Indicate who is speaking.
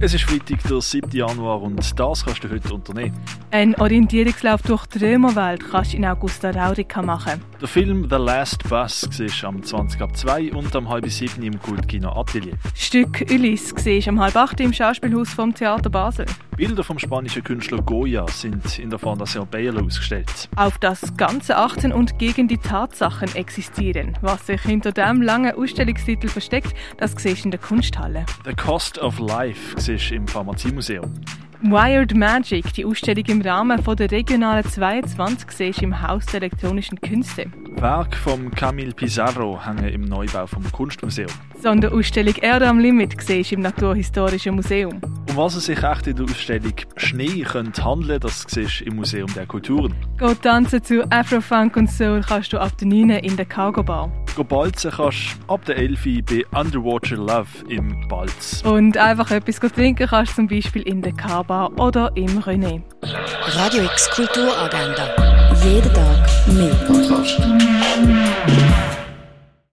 Speaker 1: Es ist Freitag, der 7. Januar, und das kannst du heute unternehmen.
Speaker 2: Ein Orientierungslauf durch die Römerwelt kannst du in Augusta Raurica machen.
Speaker 1: Der Film «The Last Bus» siehst am 20 ab 2 und am halb 7 im Kultkino Atelier.
Speaker 2: Stück «Ulysse» siehst am halb 8 im Schauspielhaus vom Theater Basel.
Speaker 1: Bilder vom spanischen Künstler Goya sind in der Fondation Bayerl ausgestellt.
Speaker 2: Auf das ganze Achten und gegen die Tatsachen existieren. Was sich hinter dem langen Ausstellungstitel versteckt, das siehst in der Kunsthalle.
Speaker 1: «The Cost of Life» siehst im Pharmaziemuseum.
Speaker 2: Wired Magic, die Ausstellung im Rahmen von der regionalen 22, siehst im Haus der elektronischen Künste.
Speaker 1: Werk von Camille Pizarro hängen im Neubau vom Kunstmuseum.
Speaker 2: Sonderausstellung Erde am Limit siehst im Naturhistorischen Museum.
Speaker 1: Um was es sich echt in der Ausstellung Schnee könnte handeln, das siehst im Museum der Kulturen.
Speaker 2: Go tanzen zu Afrofunk und Soul kannst du ab der 9 in der Cargo Bar.
Speaker 1: Go balzen kannst ab der 11 bei Underwater Love im Balz.
Speaker 2: Und einfach etwas trinken kannst du zum Beispiel in der Carbar oder im René.
Speaker 3: Radio X Kulturagenda. Jeden Tag mehr.